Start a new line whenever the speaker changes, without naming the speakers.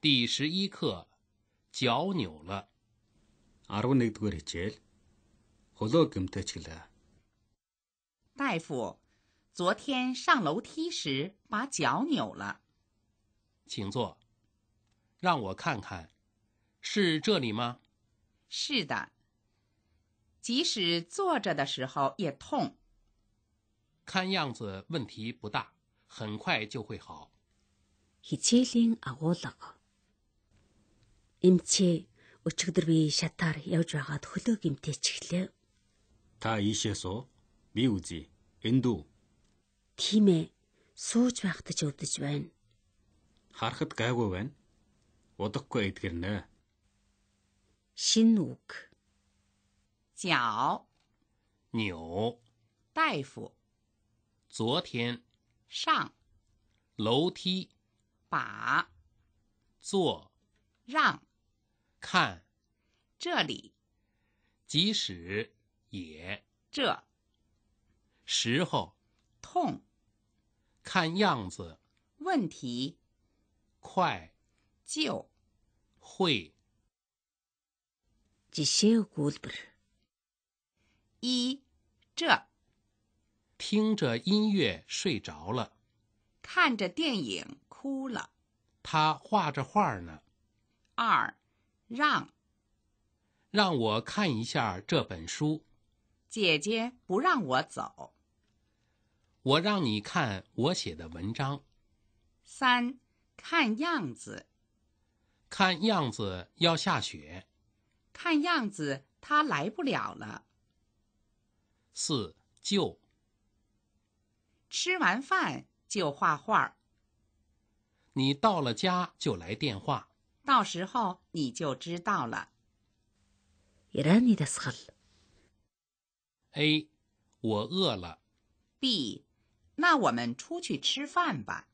第十一课，脚扭了。
11-р хичээл. Хөлөө гэмтээчлээ.
大夫，昨天上楼梯时把脚扭了。
请坐，让我看看，是这里吗？
是的，即使坐着的时候也痛。
看样子问题不大，很快就会好。
хичээлийн агуулга. Эмчээ өчигдөр би шатаар явж байгаад хөлөө гэмтээ чихлээ.
Та ийшээ суу. Би үзье. Энд үү?
Тийм ээ. Сууж байхдаа ч өвдөж байна.
Харахад гайгүй байна. Удахгүй эдгэрнэ.
Шин үг.
脚，
扭，
大夫
昨天
上
楼梯
把
坐
让
看，
这里
即使也
这
时候
痛
看样子
问题
快
就
会。
Жишээ өгүүлбэр.
一这
听着音乐睡着了，
看着电影哭了。
他画着画呢。
二让
让我看一下这本书，
姐姐不让我走。
我让你看我写的文章。
三看样子，
看样子要下雪。
看样子他来不了了。
四就
吃完饭就画画，
你到了家就来电话。
到时候你就知道了。
Ираны дасгал.
A，我饿了。
B，那我们出去吃饭吧。